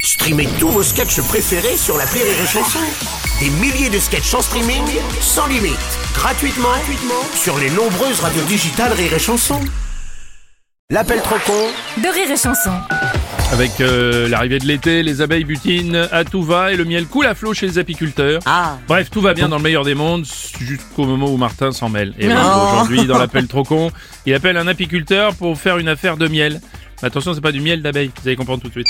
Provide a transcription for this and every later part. Streamez tous vos sketchs préférés sur la Rire et Chanson. Des milliers de sketchs en streaming, sans limite, gratuitement, gratuitement sur les nombreuses radios digitales Rire et Chanson. L'appel trop con de rire et chanson. Avec euh, l'arrivée de l'été, les abeilles butinent à tout va et le miel coule à flot chez les apiculteurs. Ah. Bref, tout va bien dans le meilleur des mondes jusqu'au moment où Martin s'en mêle. Et voilà, aujourd'hui, dans l'appel trop con, il appelle un apiculteur pour faire une affaire de miel. Attention, c'est pas du miel d'abeille, vous allez comprendre tout de suite.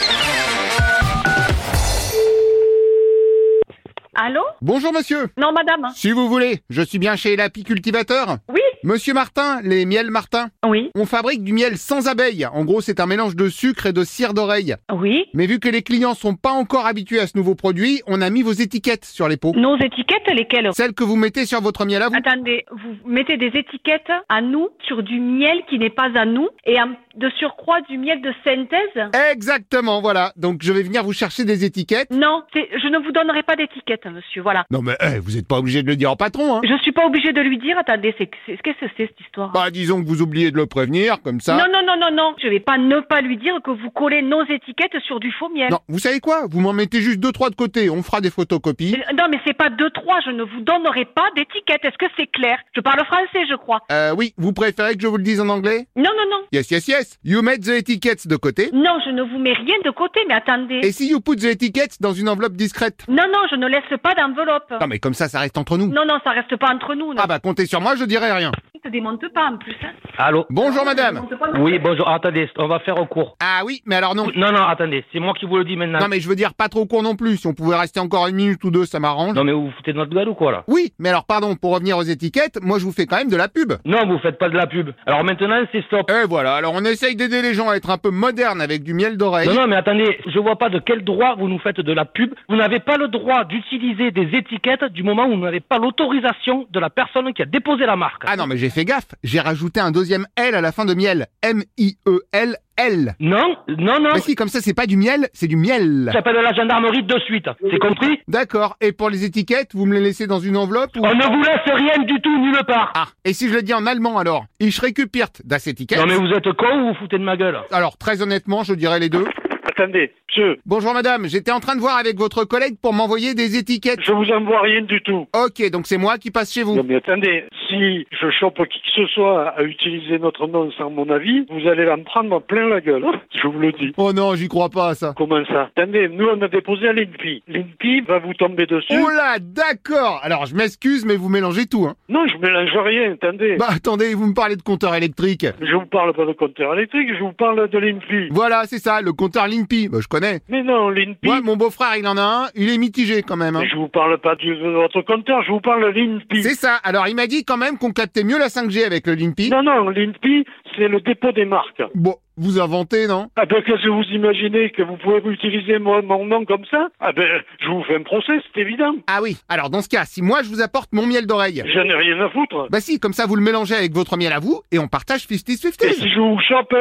Allô Bonjour monsieur, Non, madame. si vous voulez, je suis bien chez l'apicultivateur. Oui Monsieur Martin, les miels Martin. Oui. On fabrique du miel sans abeilles. En gros, c'est un mélange de sucre et de cire d'oreille. Oui. Mais vu que les clients sont pas encore habitués à ce nouveau produit, on a mis vos étiquettes sur les pots. Nos étiquettes, lesquelles Celles que vous mettez sur votre miel à vous. Attendez, vous mettez des étiquettes à nous sur du miel qui n'est pas à nous et en- de surcroît du miel de synthèse Exactement, voilà. Donc je vais venir vous chercher des étiquettes. Non, c'est- je ne vous donnerai pas d'étiquette, monsieur, voilà. Non mais eh, vous êtes pas obligé de le dire au patron, hein. Je suis pas obligée de lui dire, attendez, c'est c'est- qu'est-ce que c'est cette histoire Bah disons que vous oubliez de le prévenir, comme ça. Non, non, non, non, non, je vais pas ne pas lui dire que vous collez nos étiquettes sur du faux miel. Non, vous savez quoi Vous m'en mettez juste deux trois de côté, on fera des photocopies. Euh, Non, mais c'est pas deux, trois, je ne vous donnerai pas d'étiquette, est-ce que c'est clair Je parle français, je crois. Euh oui, vous préférez que je vous le dise en anglais Non, non, non, Yes, yes, yes. You met the etiquettes de côté. non, je ne vous mets rien de côté, mais attendez. Et si you put the etiquettes dans une enveloppe discrète Non, non, je ne laisse pas d'enveloppe. Non, mais comme ça, ça reste entre nous. Non, non, ça reste pas entre nous. Non. Ah bah, comptez sur moi, je dirai rien. Ne te démonte pas en plus. hein. Allô Bonjour, madame. Démonte pas, non. Oui, bonjour. Ah, Attendez, on va faire au cours. Ah oui, mais alors non. Non, non, attendez, c'est moi qui vous le dis maintenant. Non, mais je veux dire pas trop court non plus. Si on pouvait rester encore une minute ou deux, ça m'arrange. Non, mais vous vous foutez de notre gueule ou quoi, là Oui, mais alors pardon, pour revenir aux étiquettes, moi je vous fais quand même de la pub. Non, vous faites pas de la pub. Alors maintenant, c'est stop. Et voilà, alors on essaye d'aider les gens à être un peu modernes avec du miel d'oreille. Non, non, mais attendez, je vois pas de quel droit vous nous faites de la pub. Vous n'avez pas le droit d'utiliser des étiquettes du moment où vous n'avez pas l'autorisation de la personne qui a déposé la marque. Ah non, mais j'ai fait gaffe, j'ai rajouté un deuxième L à la fin de miel. M-I-E-L-L. Non, non, non. Mais si, comme ça, c'est pas du miel, c'est du miel. J'appelle la gendarmerie de suite. C'est compris D'accord, et pour les étiquettes, vous me les laissez dans une enveloppe ou... On ne vous laisse rien du tout, nulle part. Ah, et si je le dis en allemand alors Ich récupère das Etikett Non, mais vous êtes con ou vous vous foutez de ma gueule Alors, très honnêtement, je dirais les deux. Attendez, je, Bonjour madame, j'étais en train de voir avec votre collègue pour m'envoyer des étiquettes. je vous envoie rien du tout. Ok, donc c'est moi qui passe chez Non vous. mais attendez, si je chope qui que ce soit à utiliser notre nom sans mon avis, vous allez en prendre plein la gueule, hein, je vous le dis. Oh non, j'y crois pas à ça. Comment ça Attendez, nous on a déposé à l'INPI. L'INPI va vous tomber dessus. Oh là, d'accord Alors je m'excuse, mais vous mélangez tout, hein. Non, je mélange rien, attendez. Bah attendez, vous me parlez de compteur électrique. Je vous parle pas de compteur électrique, je vous parle de l'INPI. Voilà, c'est ça, le compteur Limpy. Bah je connais. Mais non, l'INPI... Moi, mon beau-frère, il en a un, il est mitigé quand même. hein. mais Je vous parle pas du- de votre compteur, je vous parle de l'INPI. C'est ça, alors il m'a dit quand même qu'on captait mieux la 5G avec le Limpy. Non, non, l'INPI, c'est le dépôt des marques. Bon, vous inventez, non Ah ben, qu'est-ce que vous imaginez que vous pouvez utiliser mon, mon nom comme ça Ah ben, je vous fais un procès, c'est évident. Ah oui, alors dans ce cas, si moi je vous apporte mon miel d'oreille, J'en ai rien à foutre. bah si, comme ça vous le mélangez avec votre miel à vous et on partage Et 50-50. si je vous chope,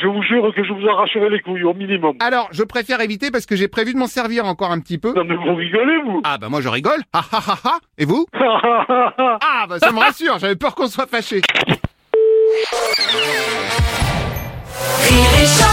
je vous jure que je vous arracherai les couilles, au minimum. Alors, je préfère éviter parce que j'ai prévu de m'en servir encore un petit peu. Non mais vous rigolez, vous Ah bah moi je rigole. Ah ah ah ah. Et vous Ah bah ça me rassure, j'avais peur qu'on soit fâchés. Rire et chanson.